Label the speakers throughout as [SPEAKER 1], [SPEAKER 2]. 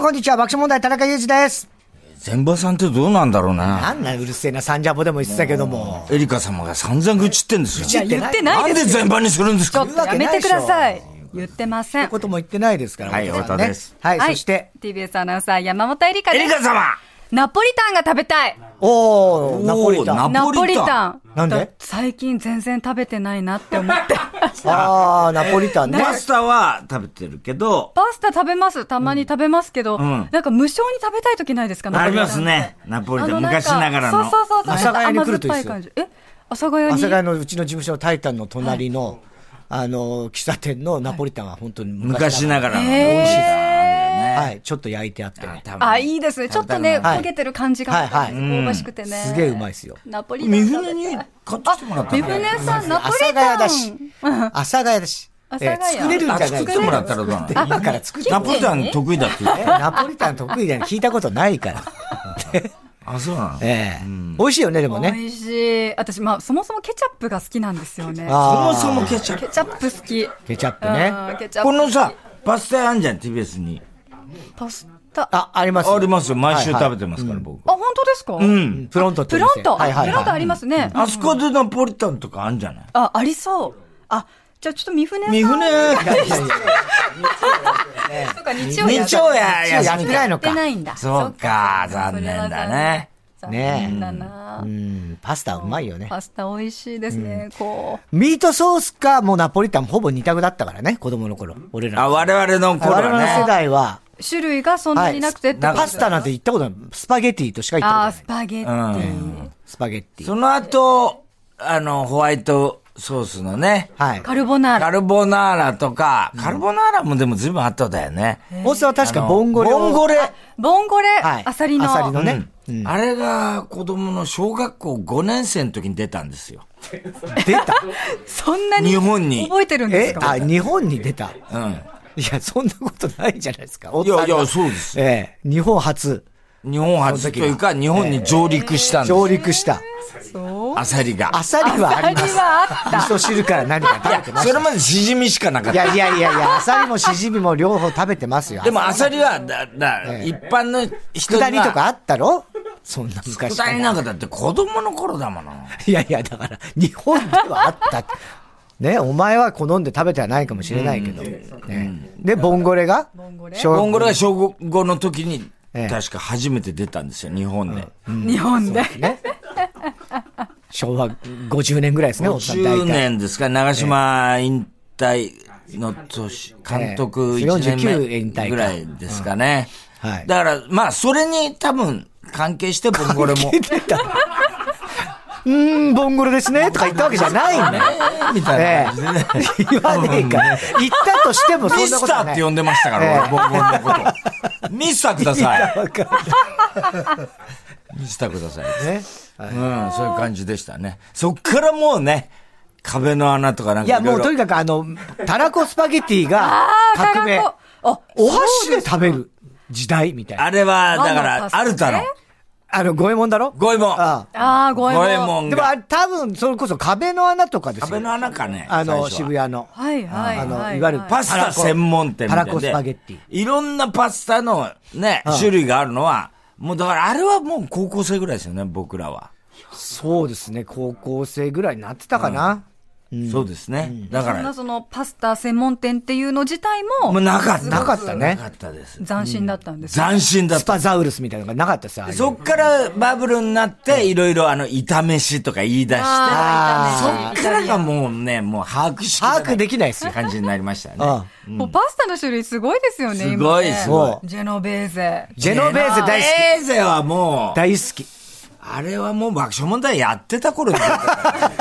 [SPEAKER 1] こんにちは、爆笑問題田中裕二です。
[SPEAKER 2] 全場さんってどうなんだろうな。
[SPEAKER 1] なんなんうるせえな、サンジャポでも言ってたけども。
[SPEAKER 2] エリカ様が散々愚痴ってんですよ。
[SPEAKER 1] 言
[SPEAKER 3] 言ってない
[SPEAKER 2] なん
[SPEAKER 3] で
[SPEAKER 2] です
[SPEAKER 3] よ。
[SPEAKER 2] 全場にするんです
[SPEAKER 3] ちょ
[SPEAKER 2] か
[SPEAKER 3] っとやめてください。言ってません。
[SPEAKER 1] ことも言ってないですから。
[SPEAKER 2] はい
[SPEAKER 1] 太田さん
[SPEAKER 2] 太田です
[SPEAKER 1] ねはい、そして、。
[SPEAKER 3] TBS アナウンサー山本エリカ
[SPEAKER 2] エ
[SPEAKER 3] で
[SPEAKER 2] リ
[SPEAKER 3] す
[SPEAKER 2] カ。様
[SPEAKER 3] ナポリタンが食べたい。
[SPEAKER 1] おー、ナポリタン。
[SPEAKER 2] おー
[SPEAKER 1] あ
[SPEAKER 2] ナ
[SPEAKER 3] ナ
[SPEAKER 2] ポ
[SPEAKER 3] ポ
[SPEAKER 2] リ
[SPEAKER 3] リ
[SPEAKER 2] タ
[SPEAKER 3] タ
[SPEAKER 2] ン
[SPEAKER 3] ン。
[SPEAKER 1] なんで
[SPEAKER 3] だ最近全然食べてないなって思って。
[SPEAKER 1] あー、ナポリタンね。
[SPEAKER 2] パスタは食べてるけど、
[SPEAKER 3] パスタ食べます。たまに食べますけど、
[SPEAKER 2] ん
[SPEAKER 3] なんか無償に食べたい時ないですか
[SPEAKER 2] あります。ね。ナポリタン、昔ながらの。
[SPEAKER 3] そうそうそうそう。
[SPEAKER 1] 阿佐ヶ谷に来るといいですよ
[SPEAKER 3] 甘酸っぱ感じえ阿佐ヶ谷に
[SPEAKER 1] 阿佐ヶ谷のうちの事務所のタイタンの隣の、あの、喫茶店のナポリタンは本当に
[SPEAKER 2] 昔
[SPEAKER 1] な
[SPEAKER 2] ながらの。
[SPEAKER 3] へー
[SPEAKER 2] ね
[SPEAKER 1] はい、ちょっと焼いてあってね。
[SPEAKER 2] 多分
[SPEAKER 3] あ、いいですね。ちょっとね、
[SPEAKER 1] はい
[SPEAKER 3] 焦げてる感じが、
[SPEAKER 1] はいはい
[SPEAKER 3] 香ばしくてね。
[SPEAKER 1] すげえうまいっすよ。
[SPEAKER 3] ナポリタン
[SPEAKER 2] 三
[SPEAKER 3] 食べた
[SPEAKER 2] 船に買ってきてもらった
[SPEAKER 3] い。三
[SPEAKER 2] んだよ
[SPEAKER 3] 船さん、ナポ
[SPEAKER 1] 阿
[SPEAKER 3] リ
[SPEAKER 1] 佐ヶ
[SPEAKER 3] タン。
[SPEAKER 1] 谷だ し、阿佐ヶ谷だし、
[SPEAKER 3] 阿佐
[SPEAKER 1] え
[SPEAKER 3] ヶ
[SPEAKER 1] ー
[SPEAKER 3] 谷
[SPEAKER 1] 作れるんじゃない
[SPEAKER 2] あ作ってもらったらどうなの
[SPEAKER 1] 作って今から作って
[SPEAKER 2] ナポリタン得意だって言って。
[SPEAKER 1] ナポリタン得意じゃない聞いたことない から。
[SPEAKER 2] あ、そうなのそ
[SPEAKER 1] ええ美味しいよね、でもね。
[SPEAKER 3] 美味しい。私、まあ、そもそもケチャップが好きなんですよね。
[SPEAKER 1] あ
[SPEAKER 2] も
[SPEAKER 1] ー
[SPEAKER 2] そもケチャッ
[SPEAKER 3] ケチャップ好き。
[SPEAKER 1] ケチャップね。
[SPEAKER 3] うんケチャ
[SPEAKER 2] プ。
[SPEAKER 3] ップ
[SPEAKER 2] このさ、パスタ屋あんじゃん、TBS に。
[SPEAKER 3] パスタ。あ、
[SPEAKER 1] あ、あります。
[SPEAKER 2] ありますよ。毎
[SPEAKER 1] は
[SPEAKER 2] 週
[SPEAKER 1] いはい
[SPEAKER 2] 食べてますから、僕。
[SPEAKER 3] 本当ですかう。
[SPEAKER 2] うんん。
[SPEAKER 1] プロントって
[SPEAKER 3] プ
[SPEAKER 1] お店
[SPEAKER 3] ロント。
[SPEAKER 1] はいはい
[SPEAKER 3] プロントあ
[SPEAKER 1] はい。
[SPEAKER 3] りますね。
[SPEAKER 2] あそこでナポリタンとかあんじゃない
[SPEAKER 3] あ、ありそう。あ、じゃあちょっと三船さん。
[SPEAKER 2] 三船、
[SPEAKER 3] とか日曜
[SPEAKER 2] 二
[SPEAKER 3] や。
[SPEAKER 2] 丁屋
[SPEAKER 1] や
[SPEAKER 2] 休
[SPEAKER 1] っ
[SPEAKER 2] み
[SPEAKER 1] てない
[SPEAKER 2] か。
[SPEAKER 1] の
[SPEAKER 3] やって
[SPEAKER 1] か。
[SPEAKER 3] ないんだ。
[SPEAKER 2] そうか、残
[SPEAKER 3] そ
[SPEAKER 2] 念
[SPEAKER 3] れは
[SPEAKER 2] だね。
[SPEAKER 3] 残
[SPEAKER 1] ね
[SPEAKER 3] 念。
[SPEAKER 1] え
[SPEAKER 3] 残念だな
[SPEAKER 1] う。ん、パスタうまいよね。
[SPEAKER 3] パスタ美味しいですね。こう。
[SPEAKER 1] ミートソースか、もうナポリタンほぼ二択だったからね、子供の頃。俺ら。
[SPEAKER 2] あ、我々の頃
[SPEAKER 1] 我々の世
[SPEAKER 2] はね。
[SPEAKER 1] 代は、
[SPEAKER 3] 種類がそんな
[SPEAKER 1] は
[SPEAKER 3] に
[SPEAKER 1] い。
[SPEAKER 3] なくてってこと
[SPEAKER 1] パスタなんて言ったことない。スパゲティとしか言った
[SPEAKER 3] あ
[SPEAKER 1] こ
[SPEAKER 3] ー、
[SPEAKER 1] とな
[SPEAKER 3] ス
[SPEAKER 1] い。
[SPEAKER 3] パゲッテ
[SPEAKER 2] うん
[SPEAKER 3] ィ。
[SPEAKER 1] スパゲティ。
[SPEAKER 2] その後、あの、ホワイトソースのね、
[SPEAKER 1] はい。
[SPEAKER 3] カルボナー
[SPEAKER 2] カ
[SPEAKER 3] ラ。
[SPEAKER 2] ルボナーラとか、カルボナーラもでも随分後だよね。
[SPEAKER 1] 大津は確かボンゴレを。
[SPEAKER 2] ボンゴレ。
[SPEAKER 3] ボンゴレ、
[SPEAKER 1] はい。
[SPEAKER 3] アサリの。
[SPEAKER 1] アサリの
[SPEAKER 2] う
[SPEAKER 1] ね
[SPEAKER 2] ん。あれが子供の小学校5年生の時に出たんですよ。
[SPEAKER 1] 出た。
[SPEAKER 3] そんなに。
[SPEAKER 2] 日本に
[SPEAKER 3] 覚えてるんです
[SPEAKER 1] え
[SPEAKER 3] か
[SPEAKER 1] あ、日本に出た。
[SPEAKER 2] うん。
[SPEAKER 1] いや、そんなことないじゃないですか。
[SPEAKER 2] いやいや、そうです。
[SPEAKER 1] ええ、日本初
[SPEAKER 2] 日本初というか、日本に上陸したんです
[SPEAKER 1] 上。陸した。
[SPEAKER 3] そう。
[SPEAKER 2] アサリが。
[SPEAKER 1] アサリはありま
[SPEAKER 3] 味
[SPEAKER 1] す。
[SPEAKER 3] はあっ
[SPEAKER 1] 味
[SPEAKER 3] た。
[SPEAKER 1] 噌汁から何か食べてま
[SPEAKER 2] そ
[SPEAKER 1] し。
[SPEAKER 2] れまでシジミしかなかった
[SPEAKER 1] い。やいやいやいや、アサリもシジミも両方食べてますよ。
[SPEAKER 2] でも、アサリは、だ、だ、一般の人には
[SPEAKER 1] 佃煮とかあったろそんな昔か
[SPEAKER 2] 佃煮
[SPEAKER 1] ら。
[SPEAKER 2] なんかだって子供の頃だもの。
[SPEAKER 1] いやいや、だから、日本ではあった。ね、お前は好んで食べてはないかもしれないけど。ね、で、ボンゴレが
[SPEAKER 3] ンゴレ
[SPEAKER 1] 小学
[SPEAKER 2] ボンゴレが小5の時に、
[SPEAKER 1] ええ
[SPEAKER 2] 確か初めて出たんですよ、日本で。
[SPEAKER 3] 日本で。
[SPEAKER 1] ね。昭和50年ぐらいですね、おっさん大
[SPEAKER 2] 10
[SPEAKER 1] 体。
[SPEAKER 2] 年ですか、長島引退の年、監督
[SPEAKER 1] ええ
[SPEAKER 2] 1
[SPEAKER 1] 49
[SPEAKER 2] 年
[SPEAKER 1] 引退
[SPEAKER 2] 目
[SPEAKER 1] か
[SPEAKER 2] ぐらいですかね。
[SPEAKER 1] うんはい
[SPEAKER 2] だから、まあ、それに多分関係して、ボンゴレも。
[SPEAKER 1] うーん、ボンゴレですね、とか言ったわけじゃないんだよ。
[SPEAKER 2] みたいな感じでね。
[SPEAKER 1] 言わねえか。言ったとしてもそ
[SPEAKER 2] ミ
[SPEAKER 1] んな
[SPEAKER 2] ス
[SPEAKER 1] こと
[SPEAKER 2] タ
[SPEAKER 1] は
[SPEAKER 2] ー
[SPEAKER 1] な
[SPEAKER 2] っ
[SPEAKER 1] い。
[SPEAKER 2] て呼んでましたから、俺、ボンゴレのこと。ミスターください。
[SPEAKER 1] わかんない
[SPEAKER 2] ミスターください。
[SPEAKER 1] ね。
[SPEAKER 2] うん、そういう感じでしたね。そっからもうね、壁の穴とかなん
[SPEAKER 1] い
[SPEAKER 2] か
[SPEAKER 1] や、もうとに
[SPEAKER 2] か
[SPEAKER 1] かくあの、たらこスパゲティが革命
[SPEAKER 3] た。らこあ、
[SPEAKER 1] お箸で食べる時代みたいな。
[SPEAKER 2] あれは、だか
[SPEAKER 3] ママ
[SPEAKER 2] ら、
[SPEAKER 3] パス
[SPEAKER 2] アルタの
[SPEAKER 3] ね、
[SPEAKER 1] あの、五右衛門だろ
[SPEAKER 2] ゴエモン。
[SPEAKER 1] あ
[SPEAKER 3] ああ、ご
[SPEAKER 2] ゴ
[SPEAKER 3] えもん。
[SPEAKER 2] エモン
[SPEAKER 1] あでも
[SPEAKER 2] が。
[SPEAKER 1] あれ多分、それこそ壁の穴とかですよ。
[SPEAKER 2] 壁の穴かね。
[SPEAKER 1] あ
[SPEAKER 2] 最初
[SPEAKER 1] の、
[SPEAKER 2] は
[SPEAKER 1] 渋。谷の。
[SPEAKER 3] はいはい
[SPEAKER 1] あ
[SPEAKER 3] はい。
[SPEAKER 1] のいわゆる
[SPEAKER 2] パスタ専門店みた
[SPEAKER 1] た
[SPEAKER 2] い
[SPEAKER 1] らこスパゲッティ
[SPEAKER 2] で。いろんなパスタのね、種類があるのは、もうだからあれはもう高校生ぐらいですよね、僕らは。
[SPEAKER 1] そうですね、高校生ぐらいになってたかな。
[SPEAKER 2] そうですね。だか
[SPEAKER 3] そんな
[SPEAKER 2] ら、
[SPEAKER 3] そのパスタ専門店っていうの自体も
[SPEAKER 2] もうなかった。
[SPEAKER 1] なかったね
[SPEAKER 2] なかったです。
[SPEAKER 3] 斬新だったんですよ。
[SPEAKER 2] 斬新だっ
[SPEAKER 1] ス
[SPEAKER 2] た。
[SPEAKER 1] パザウルスみたいなのがなかったさ。あれ
[SPEAKER 2] そっからバブルになって、いろいろあの、炒飯とか言い出して、そ
[SPEAKER 3] あ
[SPEAKER 2] っ
[SPEAKER 3] ー
[SPEAKER 2] からがもうね、もう把握しきれない
[SPEAKER 1] 把握できないですよ。
[SPEAKER 2] 感じになりましたよね。
[SPEAKER 1] うん。
[SPEAKER 3] もうパスタの種類すごいですよね、
[SPEAKER 2] す
[SPEAKER 3] 今
[SPEAKER 2] ごい
[SPEAKER 3] ね
[SPEAKER 2] す
[SPEAKER 1] ごい
[SPEAKER 3] ジェノベーゼ。
[SPEAKER 1] ジェノベーゼ大好き。
[SPEAKER 2] き。ジェノベーゼはもう、
[SPEAKER 1] 大好き。
[SPEAKER 2] あれはもう爆笑問題やってた頃だか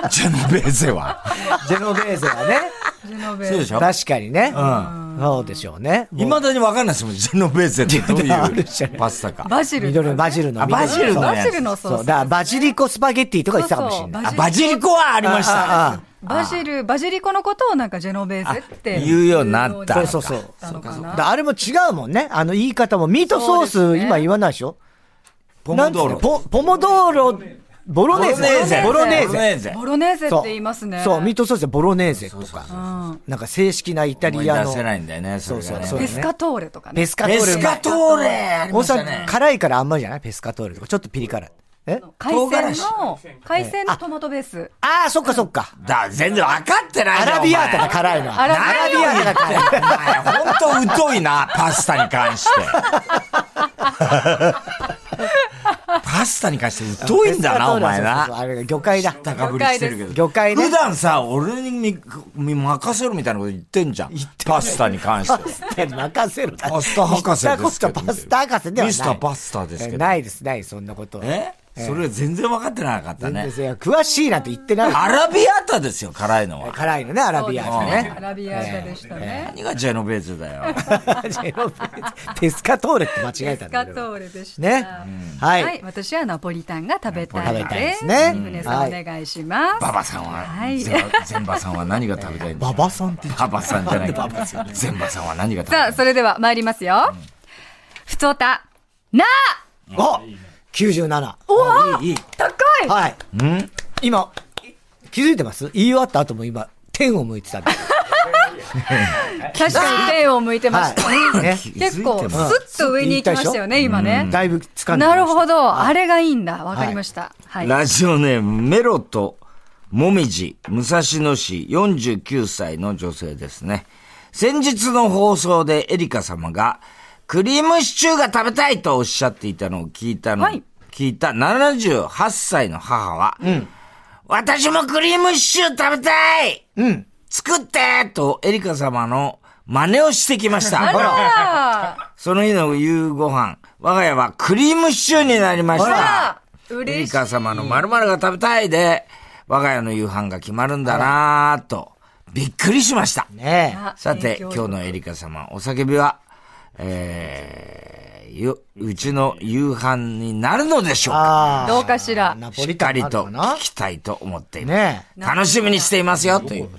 [SPEAKER 2] ら。ジェノベーゼは。
[SPEAKER 1] ジェノベーゼ はね。
[SPEAKER 3] ジェノ ベ
[SPEAKER 2] そう
[SPEAKER 3] ー
[SPEAKER 2] で
[SPEAKER 3] ゼ。
[SPEAKER 2] しょ
[SPEAKER 1] 確かにね。うん。そうでしょうね。
[SPEAKER 2] いまだにわかんないですもん、ジェノベーゼってどう
[SPEAKER 1] ある
[SPEAKER 2] い
[SPEAKER 1] じゃな
[SPEAKER 2] う
[SPEAKER 1] い
[SPEAKER 2] パスタか。
[SPEAKER 3] バジル。
[SPEAKER 1] 緑のバジルの。
[SPEAKER 2] あバジルの
[SPEAKER 3] バジルの
[SPEAKER 1] そ
[SPEAKER 3] ソ
[SPEAKER 1] う、
[SPEAKER 3] ー
[SPEAKER 1] だ
[SPEAKER 3] ス。
[SPEAKER 1] からバジリコスパゲッティとか言ってたかもしれない。
[SPEAKER 2] あ、バジリコはありました。
[SPEAKER 3] バジル、バジリコのことをなんかジェノベーゼって。
[SPEAKER 2] 言うようになった
[SPEAKER 1] そうそうそう。
[SPEAKER 3] なのか
[SPEAKER 1] だ
[SPEAKER 3] な
[SPEAKER 1] からあれも違うもんね。あの言い方も、ミートソー
[SPEAKER 3] そう
[SPEAKER 1] ス、
[SPEAKER 3] ですね
[SPEAKER 1] 今言わないでしょ
[SPEAKER 2] ポ
[SPEAKER 1] な
[SPEAKER 2] モドー
[SPEAKER 1] んつう
[SPEAKER 2] ロ
[SPEAKER 1] の。ポポモドーロボロネーゼ。ボ
[SPEAKER 2] ボロ
[SPEAKER 1] ロ
[SPEAKER 2] ネ
[SPEAKER 1] ネ
[SPEAKER 2] ーゼ
[SPEAKER 1] ー
[SPEAKER 2] ボロネー
[SPEAKER 1] ゼ。
[SPEAKER 2] ゼ
[SPEAKER 3] ボロネーゼって
[SPEAKER 1] そう
[SPEAKER 3] 言いますね。
[SPEAKER 1] そう、ミートソースでボロネーゼと
[SPEAKER 3] う
[SPEAKER 1] か、
[SPEAKER 3] ん。
[SPEAKER 1] なんか正式なイタ
[SPEAKER 2] 思い
[SPEAKER 1] リア
[SPEAKER 2] 出
[SPEAKER 1] の
[SPEAKER 2] せないんだよね、それがね。
[SPEAKER 1] そう
[SPEAKER 3] ペ
[SPEAKER 1] そう
[SPEAKER 3] スカトーレとかね。
[SPEAKER 1] ペスカトー
[SPEAKER 2] ペ
[SPEAKER 1] レうまい。
[SPEAKER 2] スカトーレあり
[SPEAKER 1] 大
[SPEAKER 2] ましたね
[SPEAKER 1] 阪、。辛いからあんまりじゃないペスカトーレとか。ちょっとピリ辛。え
[SPEAKER 3] 海鮮の
[SPEAKER 2] 唐、
[SPEAKER 3] 海鮮のトマトベース。
[SPEAKER 1] ああ、そっかそっか。
[SPEAKER 2] だ、全然分かってない
[SPEAKER 1] ア
[SPEAKER 2] じゃん
[SPEAKER 1] ラビアータが
[SPEAKER 2] お前
[SPEAKER 1] 辛いのは。
[SPEAKER 3] アラ
[SPEAKER 1] アラビアータが辛い。
[SPEAKER 2] お前、ほんと疎いな、パスタに関して。 パスタに関して疎いんだな、お前
[SPEAKER 1] そうそうそう
[SPEAKER 2] な。
[SPEAKER 1] あれ魚介だ。
[SPEAKER 2] 高ぶりしてるけど。
[SPEAKER 1] 魚介ね
[SPEAKER 2] 普段さ、俺にみみ任せろみたいなこと言ってんじゃん。パスタに関し
[SPEAKER 1] パ
[SPEAKER 2] て。
[SPEAKER 1] スタ任せるだ
[SPEAKER 2] パスタ博士ですけど
[SPEAKER 1] ミスターコスタパスタ博士ではない。
[SPEAKER 2] ミスターパスタですけど
[SPEAKER 1] えないです、ないです、そんなこと。
[SPEAKER 2] えそれ全然分かってなかった
[SPEAKER 1] 全
[SPEAKER 2] ね。
[SPEAKER 1] 然詳しいなんて言ってない。
[SPEAKER 2] アラビアータですよ、辛いのは。
[SPEAKER 1] 辛いのね、アラビアータ
[SPEAKER 3] ア
[SPEAKER 1] ね。
[SPEAKER 3] ラビアータでしたね。
[SPEAKER 2] 何がジェノベーゼだよ。
[SPEAKER 1] ジェノベーゼペスカトーレって間違えた
[SPEAKER 3] ペ
[SPEAKER 1] んだ
[SPEAKER 3] スカ
[SPEAKER 1] け
[SPEAKER 3] ト
[SPEAKER 1] ど。
[SPEAKER 3] ーレでした。
[SPEAKER 1] ね。は
[SPEAKER 3] はいい。。私はナポリタンが食べたいので。
[SPEAKER 1] 食べたいですね
[SPEAKER 3] 船さんお願いします。
[SPEAKER 2] ババさんは、
[SPEAKER 3] はい
[SPEAKER 2] ゼバゼンバさんは何が食べたいんでしょ
[SPEAKER 1] 馬
[SPEAKER 2] う
[SPEAKER 1] 場さんって。
[SPEAKER 2] ババさんじゃないか。ゼンバさんは何が食べ
[SPEAKER 3] さ
[SPEAKER 2] た
[SPEAKER 3] あ、
[SPEAKER 2] い
[SPEAKER 3] それでは参りますよ。ふつおた、なあ
[SPEAKER 1] あ !97。
[SPEAKER 3] おわ
[SPEAKER 2] いい、いい。
[SPEAKER 3] 高い
[SPEAKER 1] はい。今、気づいてます言い終わった後も今、天を向いてたんです。
[SPEAKER 3] 確かに天を向いてまし た。
[SPEAKER 1] はい。ね
[SPEAKER 3] 結構、
[SPEAKER 2] 気づいてます
[SPEAKER 3] スッと上に行きましたよね、今ね。
[SPEAKER 1] だいぶ掴んで
[SPEAKER 3] なるほ
[SPEAKER 1] ど。
[SPEAKER 3] ど。あれがいいんだ。わかりました。はい。
[SPEAKER 2] ラジオネーム、メロと、もみじ、武蔵野市49歳の女性ですね。先日の放送でエリカ様が、クリームシチューが食べたいとおっしゃっていたのを聞いたの、
[SPEAKER 3] はい
[SPEAKER 2] 聞いた78歳の母は、私もクリームシチュー食べたい
[SPEAKER 1] うん。
[SPEAKER 2] 作ってとエリカ様の真似をしてきました。
[SPEAKER 3] あ
[SPEAKER 2] その日の夕ご飯、我が家はクリームシチューになりまし
[SPEAKER 3] ら、あ
[SPEAKER 2] た。
[SPEAKER 3] ら、
[SPEAKER 2] エ
[SPEAKER 3] 嬉
[SPEAKER 2] リ
[SPEAKER 3] しい。
[SPEAKER 2] カ様の〇〇が食べたいで、我が家の夕飯が決まるんだなぁと、びっくりしました。
[SPEAKER 1] ねえ。
[SPEAKER 3] あ
[SPEAKER 2] さて、今
[SPEAKER 3] 影
[SPEAKER 2] 日
[SPEAKER 3] 響力
[SPEAKER 2] のエリカ様、お叫びは、えー、よ、うちの夕飯になるのでしょうか
[SPEAKER 1] あ
[SPEAKER 3] どうかしら
[SPEAKER 1] ー。ナポ
[SPEAKER 2] しっ
[SPEAKER 1] リ
[SPEAKER 2] か
[SPEAKER 1] タン
[SPEAKER 2] り
[SPEAKER 1] ある
[SPEAKER 2] と
[SPEAKER 1] かな
[SPEAKER 2] 聞きたいと思っています。
[SPEAKER 1] ねえ。
[SPEAKER 2] 楽しみにしていますよ、という。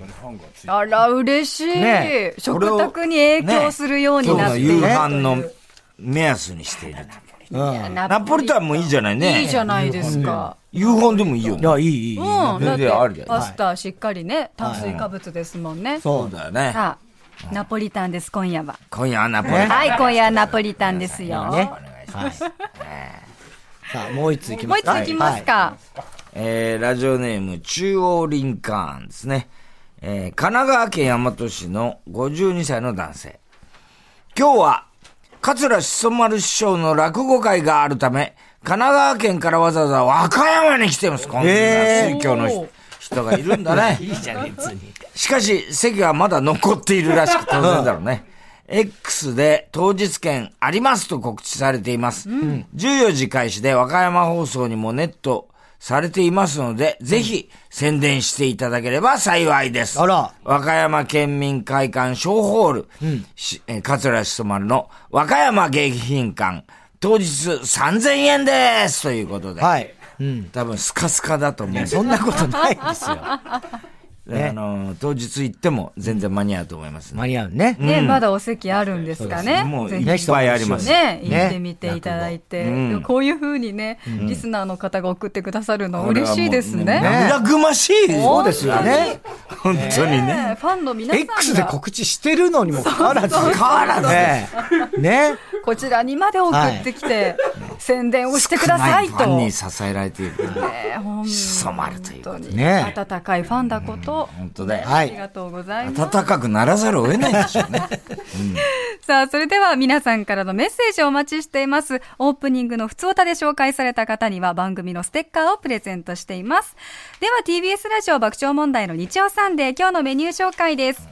[SPEAKER 3] あら、嬉しい
[SPEAKER 1] ね。
[SPEAKER 3] 食卓に影響するようになってい
[SPEAKER 2] ね
[SPEAKER 3] る。
[SPEAKER 2] 今日の夕飯の目安にしている。ナポリタンもいいじゃないね。
[SPEAKER 3] いいじゃないですか。
[SPEAKER 2] 夕飯でもいいよ
[SPEAKER 1] い
[SPEAKER 2] ね。
[SPEAKER 1] や、いい、いい。いい
[SPEAKER 3] うん。だ
[SPEAKER 2] 全
[SPEAKER 3] っ
[SPEAKER 2] 然あるじ
[SPEAKER 3] て
[SPEAKER 2] ゃ、ん
[SPEAKER 3] パスタしっかりね、炭水化物ですもんね。さ
[SPEAKER 1] そう。
[SPEAKER 2] だよね
[SPEAKER 3] あ、ナポリタンです、今夜は。
[SPEAKER 2] 今夜はナポリタン。
[SPEAKER 3] はい、今夜はナポリタンですよ。
[SPEAKER 1] ね
[SPEAKER 2] お。願いします。
[SPEAKER 1] さあ、もう一ついき
[SPEAKER 3] も
[SPEAKER 1] ま
[SPEAKER 3] う
[SPEAKER 1] す
[SPEAKER 3] 一ついきますか。
[SPEAKER 2] えー、ラジオネーム、中央リンカーンですね。えー、神奈川県大和市の52歳の男性。今日は、桂しそ丸師匠の落語会があるため、神奈川県からわざわざ和歌山に来てます。こんな水教の
[SPEAKER 3] お
[SPEAKER 2] 人
[SPEAKER 3] ー
[SPEAKER 2] 人がいるんだね。しかし、席はまだ残っているらしく当然だろうね。X で当日券ありますと告知されています。14時開始で和歌山放送にもネットされていますので、ぜひ宣伝していただければ幸いです。
[SPEAKER 1] あら
[SPEAKER 2] 和歌山県民会館小ホール、しえー桂しそ丸の和歌山迎賓館、当日3000円ですということで。
[SPEAKER 1] はい。
[SPEAKER 2] 多分スカスカだと思うんです
[SPEAKER 1] そんなことないですよ。
[SPEAKER 2] あの、当日行っても全然間に合うと思いますね。
[SPEAKER 1] 間に合うね。
[SPEAKER 3] ね、まだお席あるんですかね。
[SPEAKER 2] もう
[SPEAKER 3] ぜ
[SPEAKER 2] い
[SPEAKER 3] ひ
[SPEAKER 2] っぱいあります。
[SPEAKER 3] ね、
[SPEAKER 1] ね
[SPEAKER 3] 行ってみていただいて、でもこういうふうにね、リスナーの方が送ってくださるの嬉しいですね。ね
[SPEAKER 2] 涙ぐましい。
[SPEAKER 1] そうですよね。
[SPEAKER 2] 本当にね。
[SPEAKER 3] ファンの皆さんが
[SPEAKER 1] X で告知してるのにもかかわらず。
[SPEAKER 2] 変わらず。
[SPEAKER 1] ねえ。ね
[SPEAKER 3] こちらにまで送ってきて、宣伝をしてください
[SPEAKER 2] ファン
[SPEAKER 3] と。
[SPEAKER 2] に
[SPEAKER 3] ね
[SPEAKER 2] 支えられている。
[SPEAKER 3] 本
[SPEAKER 2] 染まるということ
[SPEAKER 3] 当
[SPEAKER 2] で。
[SPEAKER 3] に
[SPEAKER 1] ね
[SPEAKER 3] 温かいファンだこと、
[SPEAKER 2] 本当だ
[SPEAKER 1] え。
[SPEAKER 2] よ。
[SPEAKER 1] は
[SPEAKER 3] あり
[SPEAKER 1] い。
[SPEAKER 3] がとうございます。
[SPEAKER 2] 暖かくならざるを得ないでし ょうね。
[SPEAKER 3] さあ、それでは皆さんからのメッセージをお待ちしています。オープニングの普通歌で紹介された方には番組のステッカーをプレゼントしています。では TBS ラジオ爆笑問題の日曜サンデー今日のメニュー紹介です。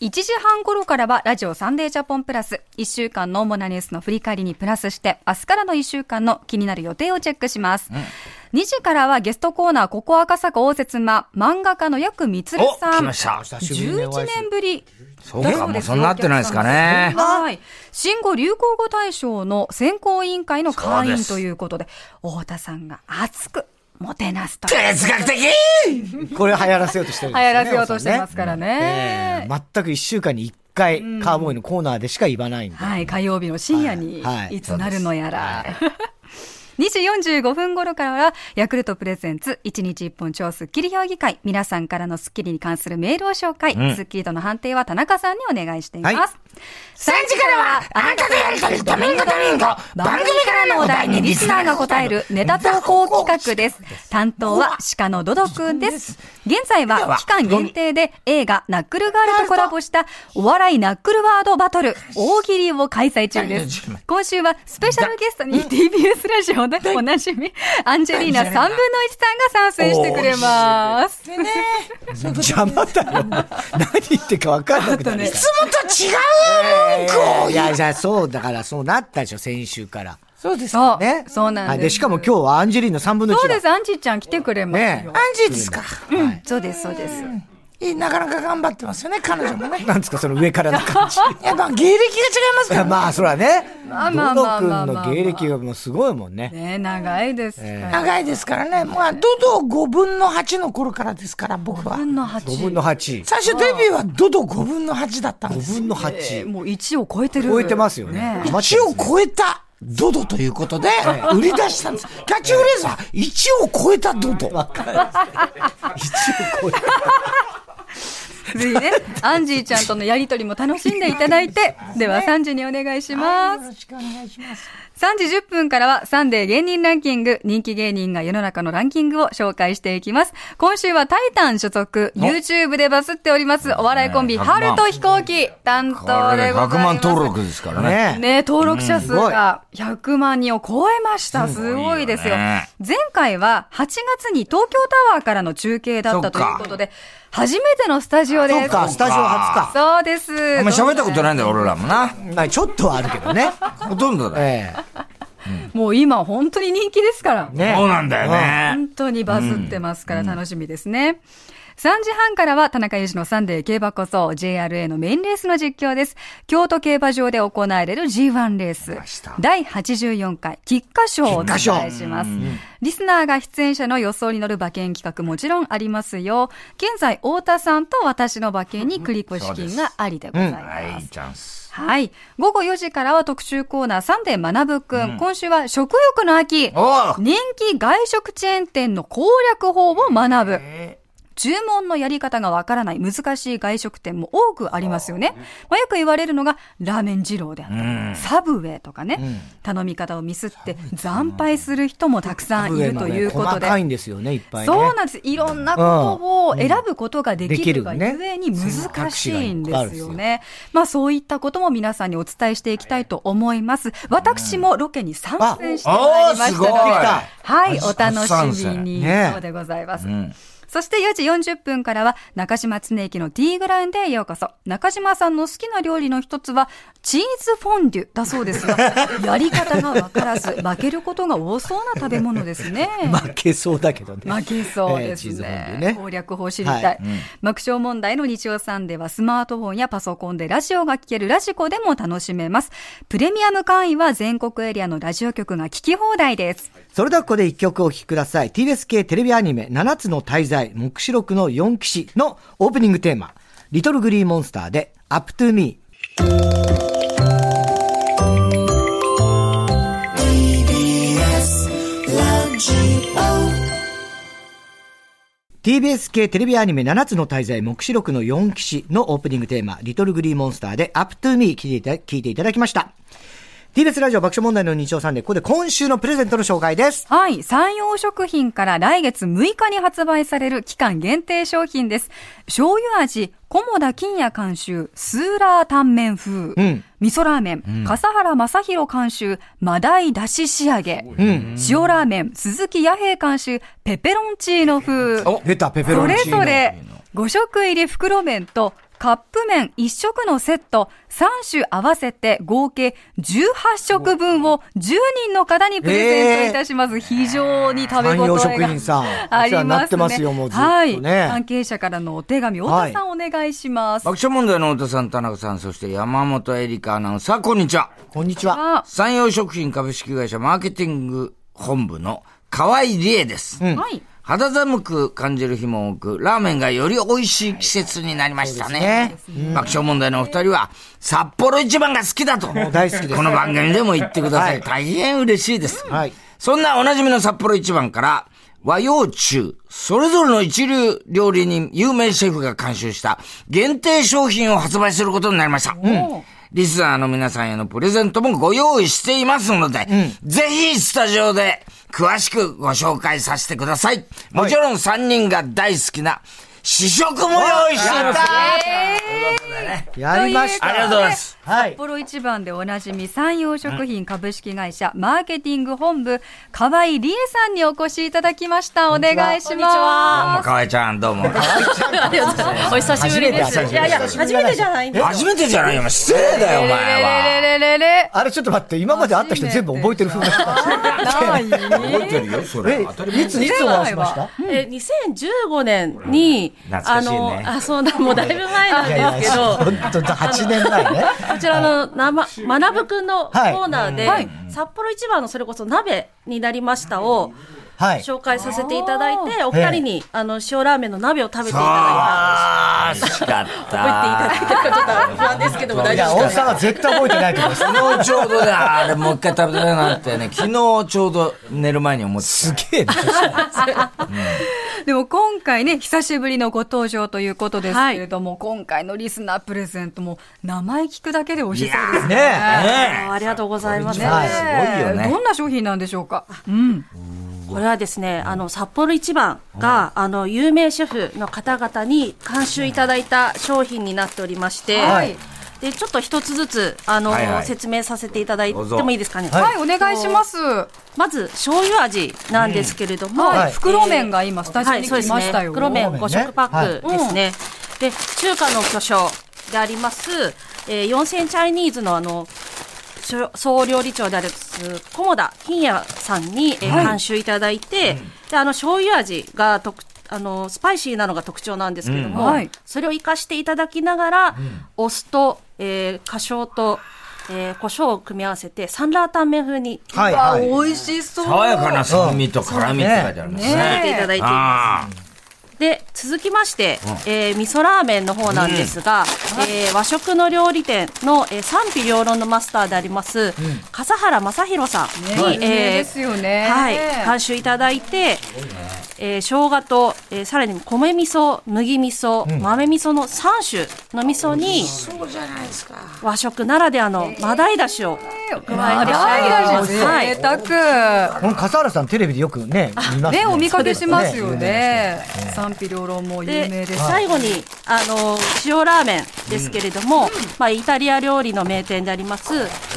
[SPEAKER 3] 1時半頃からはラジオサンデージャポンプラス。1週間の主なニュースの振り返りにプラスして、明日からの1週間の気になる予定をチェックします。2時からはゲストコーナー、ここ赤坂応接間、漫画家のよくみつる
[SPEAKER 2] お、
[SPEAKER 3] さ
[SPEAKER 2] 来
[SPEAKER 3] ん
[SPEAKER 2] ま。した。
[SPEAKER 1] 久しぶりにお
[SPEAKER 3] 11
[SPEAKER 1] 会いする
[SPEAKER 3] 年ぶり
[SPEAKER 2] そうか、もうそんななってないですかね。
[SPEAKER 3] はい。新語・流行語大賞の選考委員会の会
[SPEAKER 2] そうで
[SPEAKER 3] 員
[SPEAKER 2] す
[SPEAKER 3] ということで、太田さんが熱くもてなすと。流
[SPEAKER 2] 哲学的
[SPEAKER 1] これを流行らせようとしてるんですよね。
[SPEAKER 3] 行らせようとしてますから
[SPEAKER 1] お父さんね。え
[SPEAKER 3] ね。
[SPEAKER 1] え全く一週間に一回、カーボーイのコーナーでしか言わないんで。
[SPEAKER 3] はい。火曜日の深夜に
[SPEAKER 1] はいはい
[SPEAKER 3] いつなるのやら。 2時45分頃からは、ヤクルトプレゼンツ、1日1本超スッキリ評議会、皆さんからのスッキリに関するメールを紹介、スッキリとの判定は田中さんにお願いしています。
[SPEAKER 1] はい
[SPEAKER 3] 3時からは、あなたとやりとりドミンゴドミンゴ番組からのお題にリスナーが答えるネタ投稿企画です。担当は鹿のドドくんです。現在は期間限定で映画ナックルガールとコラボしたお笑いナックルワードバトル大喜利を開催中です。今週はスペシャルゲストに TBS ラジオでおなじみアンジェリーナ3分の1さんが参戦してくれます。
[SPEAKER 1] 邪魔だ よ。何言ってか分かんなくなるから。
[SPEAKER 2] つもと違う文句を
[SPEAKER 1] いやいや、そうだから、そうなったでしょ、先週から。
[SPEAKER 2] そうです。
[SPEAKER 3] そう、
[SPEAKER 1] ね。
[SPEAKER 3] そうな
[SPEAKER 1] は
[SPEAKER 3] ん
[SPEAKER 1] い
[SPEAKER 3] です。
[SPEAKER 1] しかも今日はアンジェリーの3分の1だ。
[SPEAKER 3] そうです、アンジーちゃん来てくれますよ。
[SPEAKER 1] ね
[SPEAKER 2] アンジーですか。
[SPEAKER 3] うん、そうです、そうです。
[SPEAKER 2] いいなかなか頑張ってますよね、彼女も ね。
[SPEAKER 1] なんですか、その上からの感 じ。
[SPEAKER 2] やっぱ芸歴が違いますから。
[SPEAKER 1] まあ、そらね。
[SPEAKER 3] まあまあまあまあまあ
[SPEAKER 1] ドド君の芸歴がもうすごいもんね。
[SPEAKER 3] ね長いですから。
[SPEAKER 2] 長いですからね。まあ、ドド5分の8の頃からですから、僕は
[SPEAKER 3] 5。分の
[SPEAKER 1] 5分
[SPEAKER 3] 8。
[SPEAKER 1] の8。
[SPEAKER 2] 最初デビューはドド5分の8だったんで
[SPEAKER 1] 5
[SPEAKER 2] す。
[SPEAKER 1] 分の
[SPEAKER 3] えー
[SPEAKER 1] 8。
[SPEAKER 3] もう1を超えてる。
[SPEAKER 1] 超えてますよね
[SPEAKER 3] ね
[SPEAKER 2] 1を超えたドドということで、売り出したんです。キャッチフレーズは、1を超えたドド。
[SPEAKER 1] 1を超えた。
[SPEAKER 3] ぜひね、アンジーちゃんとのやりとりも楽しんでいただいて、では3時にお願いします。
[SPEAKER 2] よろしくお願いします。
[SPEAKER 3] 3時10分からはサンデー芸人ランキング、人気芸人が世の中のランキングを紹介していきます。今週はタイタン所属、YouTube でバズっております、お笑いコンビ、
[SPEAKER 2] 100万
[SPEAKER 3] 春と飛行機、担当でございます。
[SPEAKER 2] ですから
[SPEAKER 1] ね
[SPEAKER 3] ね、登録者数が100万人を超えました。すごいですよ。
[SPEAKER 2] すごいよね
[SPEAKER 3] 前回は8月に東京タワーからの中継だったということで、初めてのスタジオです。
[SPEAKER 1] そうか、スタジオ初か。
[SPEAKER 3] そうです。
[SPEAKER 2] あんま喋ったことないんだよ、俺らもな。
[SPEAKER 1] まあちょっとはあるけどね。
[SPEAKER 2] ほとんどだよ。
[SPEAKER 1] え
[SPEAKER 3] もう今本当に人気ですから。
[SPEAKER 1] え。ね
[SPEAKER 2] そうなんだよね。
[SPEAKER 3] 本当にバズってますから楽しみですね。3時半からは田中裕二のサンデー競馬こそ JRA のメインレースの実況です。京都競馬場で行われる G1 レース
[SPEAKER 2] ました。
[SPEAKER 3] 第84回菊花賞をお伝えします。リスナーが出演者の予想に乗る馬券企画もちろんありますよ。現在、太田さんと私の馬券に繰越資金がありでございます。
[SPEAKER 2] はい、チャンス。
[SPEAKER 3] はい。午後4時からは特集コーナーサンデー学ぶくん。今週は食欲の秋。
[SPEAKER 2] おう
[SPEAKER 3] 人気外食チェーン店の攻略法を学ぶ。注文のやり方がわからない難しい外食店も多くありますよね。まあ、よく言われるのが、ラーメン二郎であったり、サブウェイとかね、頼み方をミスって惨敗する人もたくさんいるということ
[SPEAKER 1] 細
[SPEAKER 3] で。
[SPEAKER 1] かいんですよね、いっぱいね。
[SPEAKER 3] そうなんです。いろんなことを選ぶことができるが
[SPEAKER 1] うん
[SPEAKER 3] ゆ
[SPEAKER 1] できるね
[SPEAKER 3] えに難しい
[SPEAKER 1] 選
[SPEAKER 3] ん
[SPEAKER 1] 択肢がいっぱいあるんで
[SPEAKER 3] で
[SPEAKER 1] すす
[SPEAKER 3] よ
[SPEAKER 1] よ
[SPEAKER 3] ね。まあそういったことも皆さんにお伝えしていきたいと思います。私もロケに参戦してまいりましたので、
[SPEAKER 2] あ
[SPEAKER 3] はい、
[SPEAKER 2] すご
[SPEAKER 3] お
[SPEAKER 2] い初
[SPEAKER 3] 楽しみ
[SPEAKER 2] 参
[SPEAKER 3] に。
[SPEAKER 1] 戦ね
[SPEAKER 3] そうでございます。
[SPEAKER 2] ん
[SPEAKER 3] そして4時40分からは中島常駅の T グラウンドへようこそ。中島さんの好きな料理の一つはチーズフォンデュだそう ですが、やり方がわからず負けることが多そうな食べ物ですね。
[SPEAKER 1] 負けそうだけどね。
[SPEAKER 3] 負けそうです
[SPEAKER 1] ええ地図
[SPEAKER 3] ね
[SPEAKER 1] 本。でね
[SPEAKER 3] 攻略法知りたい。
[SPEAKER 1] はい
[SPEAKER 3] 爆笑問題の日曜サンデーはスマートフォンやパソコンでラジオが聴けるラジコでも楽しめます。プレミアム会員は全国エリアのラジオ局が聞き放題です。
[SPEAKER 1] それではここで一曲お聴きください。TBS 系テレビアニメ、七つの大罪、目視録の四騎士のオープニングテーマ、リトルグリーモンスターで、Up to Me。TBS 系テレビアニメ7つの大罪目視録の4騎士のオープニングテーマ、リトルグリーモンスターで Up to Me 聞いていた聞いていただきました。TBS ラジオ爆笑問題の日曜さんで、ここで今週のプレゼントの紹介です。
[SPEAKER 3] はい。山陽食品から来月6日に発売される期間限定商品です。醤油味、菰田金也監修、スーラータンメン風、味噌ラーメン、笠原正宏監修、マダイだし仕上げ、塩ラーメン、鈴木弥平監修、ペペロンチーノ風。
[SPEAKER 1] 出た、ペペロ
[SPEAKER 3] そ
[SPEAKER 1] ン
[SPEAKER 3] れ
[SPEAKER 1] チーノ。
[SPEAKER 3] ぞれ5食入り袋麺とカップ麺1食のセット3種合わせて合計18食分を10人の方にプレゼントいたします。非常に食べ応え
[SPEAKER 1] 山陽
[SPEAKER 3] が。
[SPEAKER 1] 食品さん
[SPEAKER 3] あ
[SPEAKER 1] お世話
[SPEAKER 3] り
[SPEAKER 1] にな
[SPEAKER 3] ま
[SPEAKER 1] っ
[SPEAKER 3] す
[SPEAKER 1] て
[SPEAKER 3] ね。
[SPEAKER 1] ますよもうずっとね
[SPEAKER 3] はい。関係者からのお手紙、太田さんお願いします。
[SPEAKER 2] 爆笑問題の太田さん、田中さん、そして山本エリカアナウンサー、こんにちは。
[SPEAKER 1] こんにちは。
[SPEAKER 3] あ
[SPEAKER 2] 山陽食品株式会社マーケティング本部の河合理恵です。
[SPEAKER 3] はい。
[SPEAKER 2] 肌寒く感じる日も多く、ラーメンがより美味しい季節になりましたね。爆笑問題のお二人は、札幌一番が好きだと、
[SPEAKER 1] う大好きです
[SPEAKER 2] この番組でも言ってくださ
[SPEAKER 1] は
[SPEAKER 2] い。
[SPEAKER 1] い
[SPEAKER 2] 大変嬉しいです。
[SPEAKER 1] はい
[SPEAKER 2] そんなおなじみの札幌一番から、和洋中、それぞれの一流料理人、有名シェフが監修した限定商品を発売することになりました。リスナーの皆さんへのプレゼントもご用意していますので、ぜひスタジオで詳しくご紹介させてください。もちろん3人が大好きな試食も用意しています。
[SPEAKER 1] やりまし
[SPEAKER 3] と
[SPEAKER 1] た。
[SPEAKER 2] ありがとうございます。
[SPEAKER 1] はい
[SPEAKER 3] 札。幌一番でおなじみ山陽食品株式会社マーケティング本部河合理恵さんにお越しいただきましたお願いし
[SPEAKER 4] こんにち
[SPEAKER 3] ま
[SPEAKER 2] どうも、河合ちゃん、どうも。
[SPEAKER 4] お久しぶりで
[SPEAKER 1] 初
[SPEAKER 4] す。
[SPEAKER 1] めて
[SPEAKER 4] いやいや、初めてじゃないんですよ。
[SPEAKER 2] 初めてじゃないよ、お前失礼だよ、お
[SPEAKER 3] す
[SPEAKER 2] 前は。
[SPEAKER 3] レレレレレレ
[SPEAKER 1] あれちょっと待って、今まで会った人全部覚えてる風な。
[SPEAKER 2] 覚えてるよ、そ
[SPEAKER 1] え、いつ、いつお会いしました
[SPEAKER 4] えー、2015年に、
[SPEAKER 2] 懐かしいね
[SPEAKER 4] あ、そうだ、もうだいぶ前なんですけど、
[SPEAKER 1] 本当だ、8年前ね。
[SPEAKER 4] こちらの、なま、まなぶくんのコ
[SPEAKER 1] はい
[SPEAKER 4] ーナーで、札幌一番のそれこそ鍋になりましたを、
[SPEAKER 1] はい。
[SPEAKER 4] 紹介させていただいて、お二人に、あの、塩ラーメンの鍋を食べていただい
[SPEAKER 2] ああ、惜しかった。
[SPEAKER 4] た。食べていただいたかちょっと不安ですけども、大
[SPEAKER 1] い
[SPEAKER 4] 丈夫
[SPEAKER 1] や、大
[SPEAKER 4] です
[SPEAKER 1] 津さんは絶対覚えてないと思います。
[SPEAKER 2] 昨日ちょうどね、あれもう一回食べたいなってね、昨日ちょうど寝る前に思ってす
[SPEAKER 1] すげえな
[SPEAKER 3] でも今回ね久しぶりのご登場ということですけれども、今回のリスナープレゼントも名前聞くだけで美味しそうですね
[SPEAKER 1] いや
[SPEAKER 4] あーありがとうございます。
[SPEAKER 1] はい
[SPEAKER 2] すごいよね
[SPEAKER 3] どんな商品なんでしょうか、うん、
[SPEAKER 4] これはですね、あの、札幌一番が、あの、有名シェフの方々に監修いただいた商品になっておりまして、
[SPEAKER 3] はい
[SPEAKER 4] で、ちょっと一つずつ、あの、
[SPEAKER 2] はいはい
[SPEAKER 4] 説明させていただいて
[SPEAKER 2] どうぞ
[SPEAKER 4] もいいですかね。
[SPEAKER 3] はいお願いします
[SPEAKER 4] まず、醤油味なんですけれども、
[SPEAKER 3] はい
[SPEAKER 1] はい
[SPEAKER 3] 袋麺が今スタジオ
[SPEAKER 4] はい、
[SPEAKER 3] に来
[SPEAKER 4] そうです
[SPEAKER 3] ました
[SPEAKER 4] ね。
[SPEAKER 3] よ、
[SPEAKER 4] 黒麺
[SPEAKER 1] 黒麺ね
[SPEAKER 4] 5食パックですね。で、中華の巨匠であります、えー、四川チャイニーズのあの、しょ総料理長である、菰田金也さんに、えー監修いただいて、で、あの、醤油味が特、あの、スパイシーなのが特徴なんですけれども、
[SPEAKER 3] うんはい
[SPEAKER 4] それを活かしていただきながら、お酢と、えー、花椒と、えー、胡椒を組み合わせて、サンラータン麺風に
[SPEAKER 1] はい、はい。
[SPEAKER 3] 美味しそう
[SPEAKER 2] 爽やかな酸味と辛味って書いてあるんですね。
[SPEAKER 4] 作っていただいています。
[SPEAKER 2] あ
[SPEAKER 4] で、続きまして、えー味噌ラーメンの方なんですが、えー和食の料理店の、えー賛否両論のマスターであります、笠原正宏さん
[SPEAKER 3] ね
[SPEAKER 4] に、
[SPEAKER 3] 有名
[SPEAKER 4] えー
[SPEAKER 3] ですよね
[SPEAKER 4] はい、監修いただいて、えー生姜と、えーさらに米味噌、麦味噌、豆味噌の3種の味噌に、和食ならではのマダイだしを加えて仕上げてい
[SPEAKER 3] 長
[SPEAKER 4] ま
[SPEAKER 3] い
[SPEAKER 4] す。は
[SPEAKER 3] 贅
[SPEAKER 4] い。
[SPEAKER 3] 沢
[SPEAKER 1] この笠原さんテレビでよくね、見ます
[SPEAKER 3] ねお見かけしますよ
[SPEAKER 1] そうで
[SPEAKER 3] ね賛否両論も有名
[SPEAKER 4] で
[SPEAKER 3] です
[SPEAKER 4] 最後にあの塩ラーメンですけれども、まあ、イタリア料理の名店であります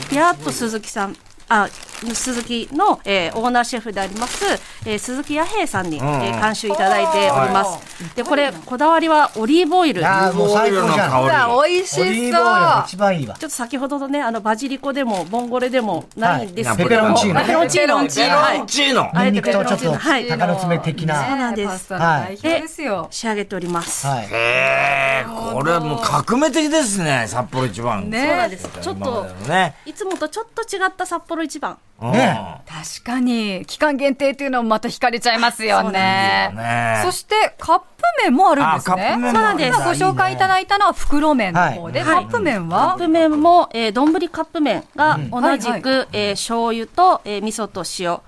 [SPEAKER 4] ピアット鈴木さんあ鈴木の、えーオーナーシェフであります、えー鈴木弥平さんに、えー監修いただいております、でこれこだわりはオリーブオイル
[SPEAKER 1] いやーもう最高じゃん。
[SPEAKER 2] オ
[SPEAKER 1] オ
[SPEAKER 2] リーブオ
[SPEAKER 3] 美味しそ
[SPEAKER 1] リーブオイルが一番いいわ。
[SPEAKER 4] ちょっと先ほどのねあのバジリコでもボンゴレでもないんですけ
[SPEAKER 1] ペ
[SPEAKER 4] れ
[SPEAKER 1] ペ
[SPEAKER 4] ど
[SPEAKER 1] ロン
[SPEAKER 4] も、
[SPEAKER 1] チーノ。
[SPEAKER 4] ペペロンチー
[SPEAKER 3] ペペロ
[SPEAKER 4] ノ
[SPEAKER 3] ンチーノ
[SPEAKER 4] はい
[SPEAKER 2] ー。チーノ。
[SPEAKER 4] あ
[SPEAKER 1] ニ
[SPEAKER 4] え
[SPEAKER 1] ン
[SPEAKER 4] て
[SPEAKER 1] ニクとちょっと
[SPEAKER 4] はい
[SPEAKER 1] 鷹の爪的
[SPEAKER 4] そう
[SPEAKER 1] な。
[SPEAKER 4] なんです
[SPEAKER 3] パスタの代表ですよ
[SPEAKER 4] 仕上げております、
[SPEAKER 1] はい。
[SPEAKER 2] ええ、これはもう革命的ですね、札幌一番。
[SPEAKER 3] ね
[SPEAKER 4] そうなんですちょっ
[SPEAKER 2] 今ま
[SPEAKER 4] と
[SPEAKER 2] でのね。
[SPEAKER 4] いつもとちょっと違った札幌一番
[SPEAKER 2] うん
[SPEAKER 1] ね
[SPEAKER 3] 確かに期間限定っていうのもまた惹かれちゃいますよね
[SPEAKER 2] そうなんですよね
[SPEAKER 3] そしてカップ麺もあるんですね
[SPEAKER 2] あカップ麺も
[SPEAKER 4] あるんだ
[SPEAKER 3] 今ご紹介いただいたのは袋麺の方で、
[SPEAKER 1] は
[SPEAKER 3] カップ麺
[SPEAKER 4] カ
[SPEAKER 3] は
[SPEAKER 4] ップ麺も、えー、丼カップ麺が同じ
[SPEAKER 3] はい
[SPEAKER 4] く、えー醤油と、えー、味噌と塩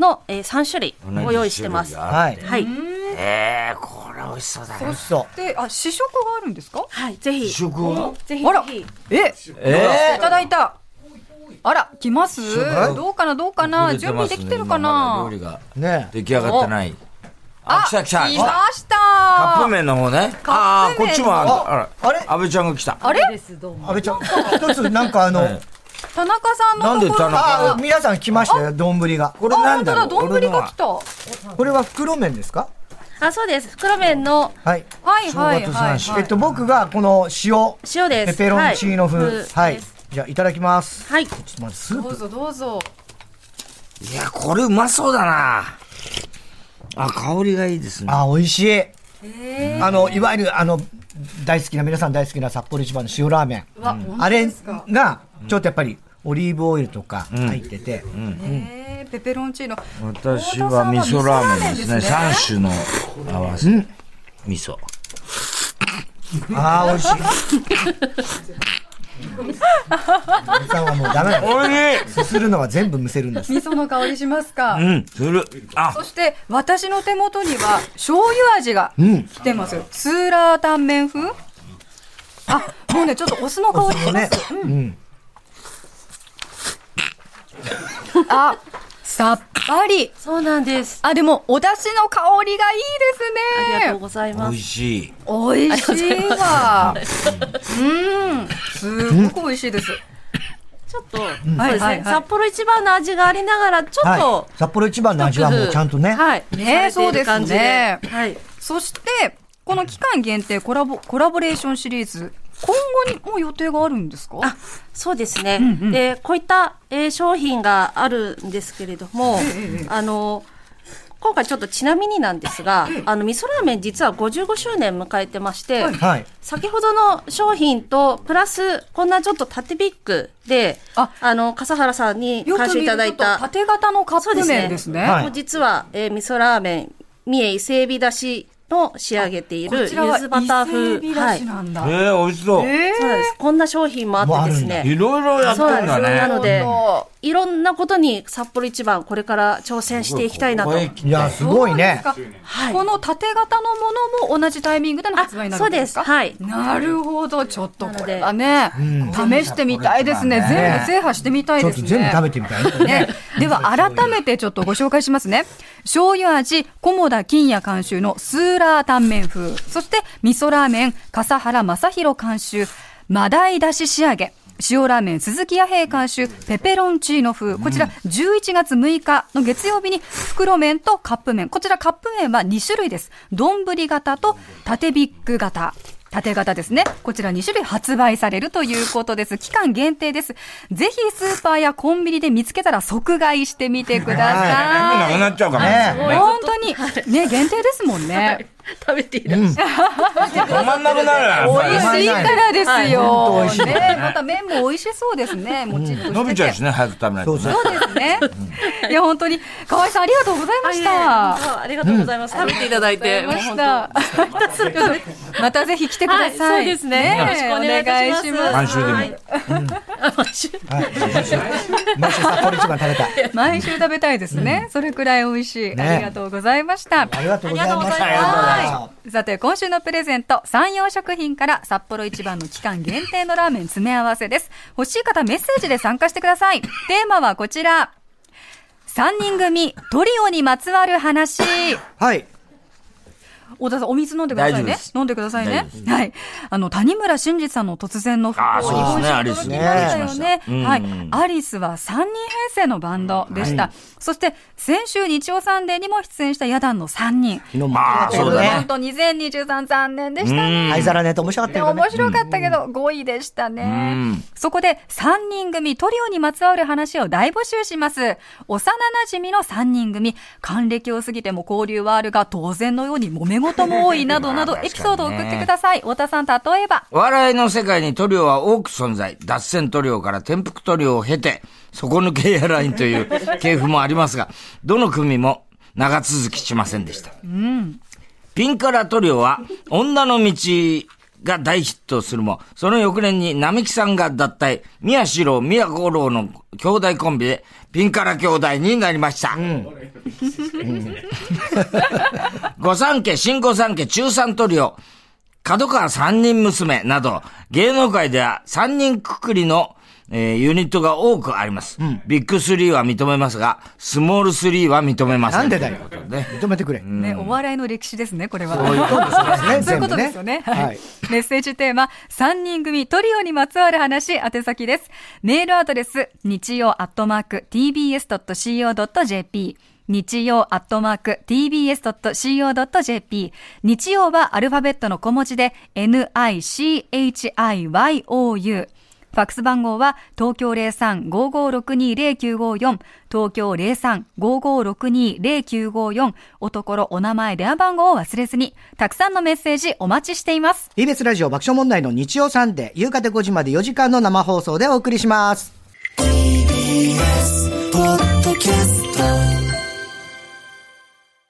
[SPEAKER 4] の、えー、3種類ご用意してます。
[SPEAKER 2] 同じ種類があっ
[SPEAKER 1] はい。
[SPEAKER 4] はい。
[SPEAKER 2] てええ、これ美味しそうだね。
[SPEAKER 1] そう。
[SPEAKER 3] であ試食があるんですか
[SPEAKER 4] はい、ぜひ。
[SPEAKER 2] 食を
[SPEAKER 4] ぜひ
[SPEAKER 3] あら
[SPEAKER 4] ぜひ。
[SPEAKER 3] え
[SPEAKER 2] え
[SPEAKER 3] いただいたあら来ます
[SPEAKER 1] ごい
[SPEAKER 3] どうかなどうかな準備できてるかな
[SPEAKER 2] 出てますね今まだ料理が
[SPEAKER 1] ね
[SPEAKER 2] 出来上がってない。あ、来た来た
[SPEAKER 3] 来
[SPEAKER 2] 来た。
[SPEAKER 3] ました
[SPEAKER 2] カップ麺の方ね。
[SPEAKER 3] カッ
[SPEAKER 2] ああ、
[SPEAKER 3] プ
[SPEAKER 2] こ
[SPEAKER 3] 麺
[SPEAKER 2] っちもある
[SPEAKER 1] あ
[SPEAKER 2] あら、
[SPEAKER 1] あれ
[SPEAKER 2] 安倍ちゃんが来た。
[SPEAKER 3] あれ
[SPEAKER 1] 安倍ちゃ ん、一つなんかあの、
[SPEAKER 2] はい
[SPEAKER 3] 田中さんのところ
[SPEAKER 1] あ
[SPEAKER 3] が
[SPEAKER 1] ー皆さん来ましたよ、丼が。
[SPEAKER 2] これ
[SPEAKER 3] あ
[SPEAKER 2] な
[SPEAKER 3] 本
[SPEAKER 2] ん
[SPEAKER 3] 当
[SPEAKER 2] だ
[SPEAKER 3] だ
[SPEAKER 2] ろう
[SPEAKER 3] 丼が来たは
[SPEAKER 1] これは袋麺ですか
[SPEAKER 4] あ、そうです。袋麺の
[SPEAKER 1] はい。
[SPEAKER 3] いはい
[SPEAKER 2] 生姜と
[SPEAKER 3] はい、
[SPEAKER 2] 山
[SPEAKER 3] は
[SPEAKER 1] え
[SPEAKER 3] い
[SPEAKER 1] っと、僕がこの塩、
[SPEAKER 4] 塩です。
[SPEAKER 1] ペペロンチーノ風。
[SPEAKER 4] は。
[SPEAKER 1] はいい
[SPEAKER 4] です。
[SPEAKER 1] じゃあ、いただきます。
[SPEAKER 4] はい。
[SPEAKER 1] ちょっとまずスー
[SPEAKER 3] どう
[SPEAKER 1] プ。
[SPEAKER 3] ぞどうぞ
[SPEAKER 2] いや、これうまそうだな。あ、香りがいいですね。
[SPEAKER 1] あー、美味しい。あの、いわゆる、あの、大好きな、皆さん大好きな札幌一番の塩ラーメン。
[SPEAKER 3] わ本当ですか
[SPEAKER 1] あれが、ちょっとやっぱり、オリーブオイルとか入ってて、
[SPEAKER 3] えーペペロンチーノ
[SPEAKER 2] 私は味噌ラーメンですね。三種の合わせ。味噌。
[SPEAKER 1] ああ、美味しい。おじさんはもうダメだよ。
[SPEAKER 2] おいしい
[SPEAKER 1] すするのは全部むせるん です。
[SPEAKER 3] 味噌の香りしますか。
[SPEAKER 2] うん、する。あ、
[SPEAKER 3] そして、私の手元には、醤油味が来てますよ。スーラータンメン風あ、もうね、ちょっとお酢の香りします。
[SPEAKER 1] うん。
[SPEAKER 3] あ、さっぱり。
[SPEAKER 4] そうなんです。
[SPEAKER 3] あ、でも、お出汁の香りがいい
[SPEAKER 4] ありがとう
[SPEAKER 3] で
[SPEAKER 4] ござい
[SPEAKER 2] 美
[SPEAKER 4] ま
[SPEAKER 2] 味
[SPEAKER 4] す。
[SPEAKER 2] しい。
[SPEAKER 3] すね。美味しいわ。うん。すっごく美味しいです。
[SPEAKER 4] ちょっと、そうです
[SPEAKER 3] はいはい
[SPEAKER 4] ね。札幌一番の味がありながら、ちょっ
[SPEAKER 1] は
[SPEAKER 4] と
[SPEAKER 1] い。、札幌一番の味はもうちゃんとね。
[SPEAKER 4] はい。
[SPEAKER 3] ね
[SPEAKER 4] されている感じ
[SPEAKER 3] そうですね
[SPEAKER 4] はい。
[SPEAKER 3] そして、この期間限定コラボ、コラボレーションシリーズ、今後にも予定があるんですか
[SPEAKER 4] あそうですね、でこういった、えー商品があるんですけれども、あの今回ちょっとちなみになんですが、あの味噌ラーメン実は55周年迎えてまして、
[SPEAKER 1] はい。
[SPEAKER 4] 先ほどの商品とプラスこんなちょっと縦ビッグで、
[SPEAKER 3] あ
[SPEAKER 4] あの笠原さんに監修いただいた
[SPEAKER 3] 縦型のカップ麺
[SPEAKER 4] 麺
[SPEAKER 3] で
[SPEAKER 4] ですす
[SPEAKER 3] ね。
[SPEAKER 1] はい
[SPEAKER 4] もう実は、えー味噌ラーメン三重伊勢海老だしの仕上げている
[SPEAKER 3] こ
[SPEAKER 4] ゆ
[SPEAKER 3] ちらは
[SPEAKER 4] ずバター
[SPEAKER 3] 伊勢海老
[SPEAKER 4] 風
[SPEAKER 3] だ
[SPEAKER 4] はい
[SPEAKER 3] し
[SPEAKER 4] そう
[SPEAKER 3] なん
[SPEAKER 2] え
[SPEAKER 3] だ。
[SPEAKER 2] ー、美味しそう。
[SPEAKER 4] なんですこんな商品もあってです
[SPEAKER 1] もうあ
[SPEAKER 4] ね
[SPEAKER 2] いろいろやって
[SPEAKER 4] そうなん
[SPEAKER 2] ん
[SPEAKER 4] です
[SPEAKER 2] だ
[SPEAKER 4] な
[SPEAKER 2] ね。
[SPEAKER 4] ので、いろんなことに札幌一番これから挑戦していきたいなと。
[SPEAKER 2] 声切
[SPEAKER 1] いや、すごいね。
[SPEAKER 3] そうなんですか
[SPEAKER 4] はい
[SPEAKER 3] この縦型のものも同じタイミングでの発売になるんですか
[SPEAKER 4] あそうです
[SPEAKER 3] なるほど。ちょっとこれはね、試してみたいです
[SPEAKER 2] こ
[SPEAKER 3] ね。
[SPEAKER 2] れ
[SPEAKER 3] 全
[SPEAKER 2] は
[SPEAKER 3] 部
[SPEAKER 2] ね
[SPEAKER 3] 制覇してみたい
[SPEAKER 1] ちょ
[SPEAKER 3] で
[SPEAKER 1] っ
[SPEAKER 3] す
[SPEAKER 1] と
[SPEAKER 3] ね。
[SPEAKER 1] 全部食べてみたいね。
[SPEAKER 3] ね、では改めてちょっとご紹介しますね。醤油味、菰田金也監修のスーラータンメン風。そして、味噌ラーメン、笠原正宏監修、マダイだし仕上げ。塩ラーメン、鈴木弥平監修、ペペロンチーノ風。こちら、11月6日の月曜日に、袋麺とカップ麺。こちら、カップ麺は2種類です。丼型と縦ビッグ型。縦型ですね。こちら2種類発売されるということです。期間限定です。ぜひスーパーやコンビニで見つけたら即買いしてみてくだ
[SPEAKER 2] な
[SPEAKER 3] さ
[SPEAKER 2] く
[SPEAKER 3] い。
[SPEAKER 2] なっちゃうから
[SPEAKER 1] ね
[SPEAKER 2] ね。
[SPEAKER 3] 本当に、ね、限定ですもんね。
[SPEAKER 4] 食べていらっしゃる。
[SPEAKER 2] 止まんなくなるやっぱり
[SPEAKER 3] 美味しいからです
[SPEAKER 1] はい本当美
[SPEAKER 3] よ
[SPEAKER 1] 味し。い
[SPEAKER 3] ね、また麺も美味しそうですね。もちっとしてて。
[SPEAKER 2] 伸びちゃうしね、早く食べないとね。
[SPEAKER 1] そう
[SPEAKER 3] そうですね。いや、本当に、河合さんありがとうございまし
[SPEAKER 4] あ
[SPEAKER 3] た。
[SPEAKER 4] ありがとうございます。食べていただいて、もう
[SPEAKER 3] まし
[SPEAKER 4] 本
[SPEAKER 3] た
[SPEAKER 4] 当。。
[SPEAKER 3] またぜひ来てください。
[SPEAKER 4] はいそうですねよろしくお願いいたします
[SPEAKER 3] お願い
[SPEAKER 2] 監修でも。
[SPEAKER 1] 毎週札幌一番食べたい。
[SPEAKER 3] 毎週食べたいですね、それくらい美味しい、
[SPEAKER 1] ね
[SPEAKER 3] ありがとうございました
[SPEAKER 1] ありがとうございました。
[SPEAKER 4] ありがとうご
[SPEAKER 2] ざいました
[SPEAKER 1] は
[SPEAKER 3] さて今週のプレゼント山陽食品から札幌一番の期間限定のラーメン詰め合わせです欲しい方メッセージで参加してくださいテーマはこちら3人組トリオにまつわる話
[SPEAKER 1] いはい。
[SPEAKER 3] 小田さんお水飲んでください
[SPEAKER 2] 大丈夫
[SPEAKER 3] ね
[SPEAKER 2] です
[SPEAKER 3] 飲んでください
[SPEAKER 2] 大
[SPEAKER 3] ね
[SPEAKER 2] 丈
[SPEAKER 3] はいあの谷村新司さんの突然の復
[SPEAKER 2] あー
[SPEAKER 3] 興
[SPEAKER 2] そうですね
[SPEAKER 3] 日本史に驚きましたよね
[SPEAKER 2] アリスね
[SPEAKER 3] はい
[SPEAKER 2] うんうん
[SPEAKER 3] アリスは3人編成のバンドでした、そして先週日曜サンデーにも出演したヤダンの3人
[SPEAKER 1] 昨日も。
[SPEAKER 2] まあそうだね
[SPEAKER 3] 本当2023残念でしたね
[SPEAKER 1] 灰皿ネット面白かった
[SPEAKER 3] で
[SPEAKER 1] よ
[SPEAKER 3] も
[SPEAKER 1] ね
[SPEAKER 3] 面。白かったけど、5位でしたね
[SPEAKER 2] ん。
[SPEAKER 3] そこで、3人組、トリオにまつわる話を大募集します。幼馴染の3人組、還暦を過ぎても交流はあるが、当然のように揉め事も多い、な どなど、
[SPEAKER 2] まあ
[SPEAKER 3] エピソードを送ってください。太田さん、例えば。
[SPEAKER 2] お笑いの世界に塗料は多く存在。脱線塗料から転覆塗料を経て、底抜けエアラインという系譜もありますが、どの組も長続きしませんでした。ピンカラ塗料は、女の道が大ヒットするも、その翌年に並木さんが脱退、宮四郎、宮五郎の兄弟コンビで、ピンカラ兄弟になりました。御三家、新御三家、中三トリオ、角川三人娘など、芸能界では三人くくりの、えーユニットが多くあります。ビッグスリーは認めますが、スモールスリーは認めません。
[SPEAKER 1] なんでだよ
[SPEAKER 2] ということでね
[SPEAKER 1] 認めてくれ。
[SPEAKER 3] ね、お笑いの歴史ですね、これは。
[SPEAKER 1] そういうことですね
[SPEAKER 3] そういうことですよね。
[SPEAKER 1] 全部ね
[SPEAKER 3] は
[SPEAKER 1] はいい。
[SPEAKER 3] メッセージテーマ、3人組トリオにまつわる話、宛先です。メールアドレス、日曜アットマーク tbs.co.jp。日曜アットマーク tbs.co.jp。日曜はアルファベットの小文字で、nichiou。ファックス番号は東京03-5562-0954東京03-5562-0954おところお名前電話番号を忘れずにたくさんのメッセージお待ちしています
[SPEAKER 1] TBS ラジオ爆笑問題の日曜サンデー、夕方5時まで4時間の生放送でお送りします。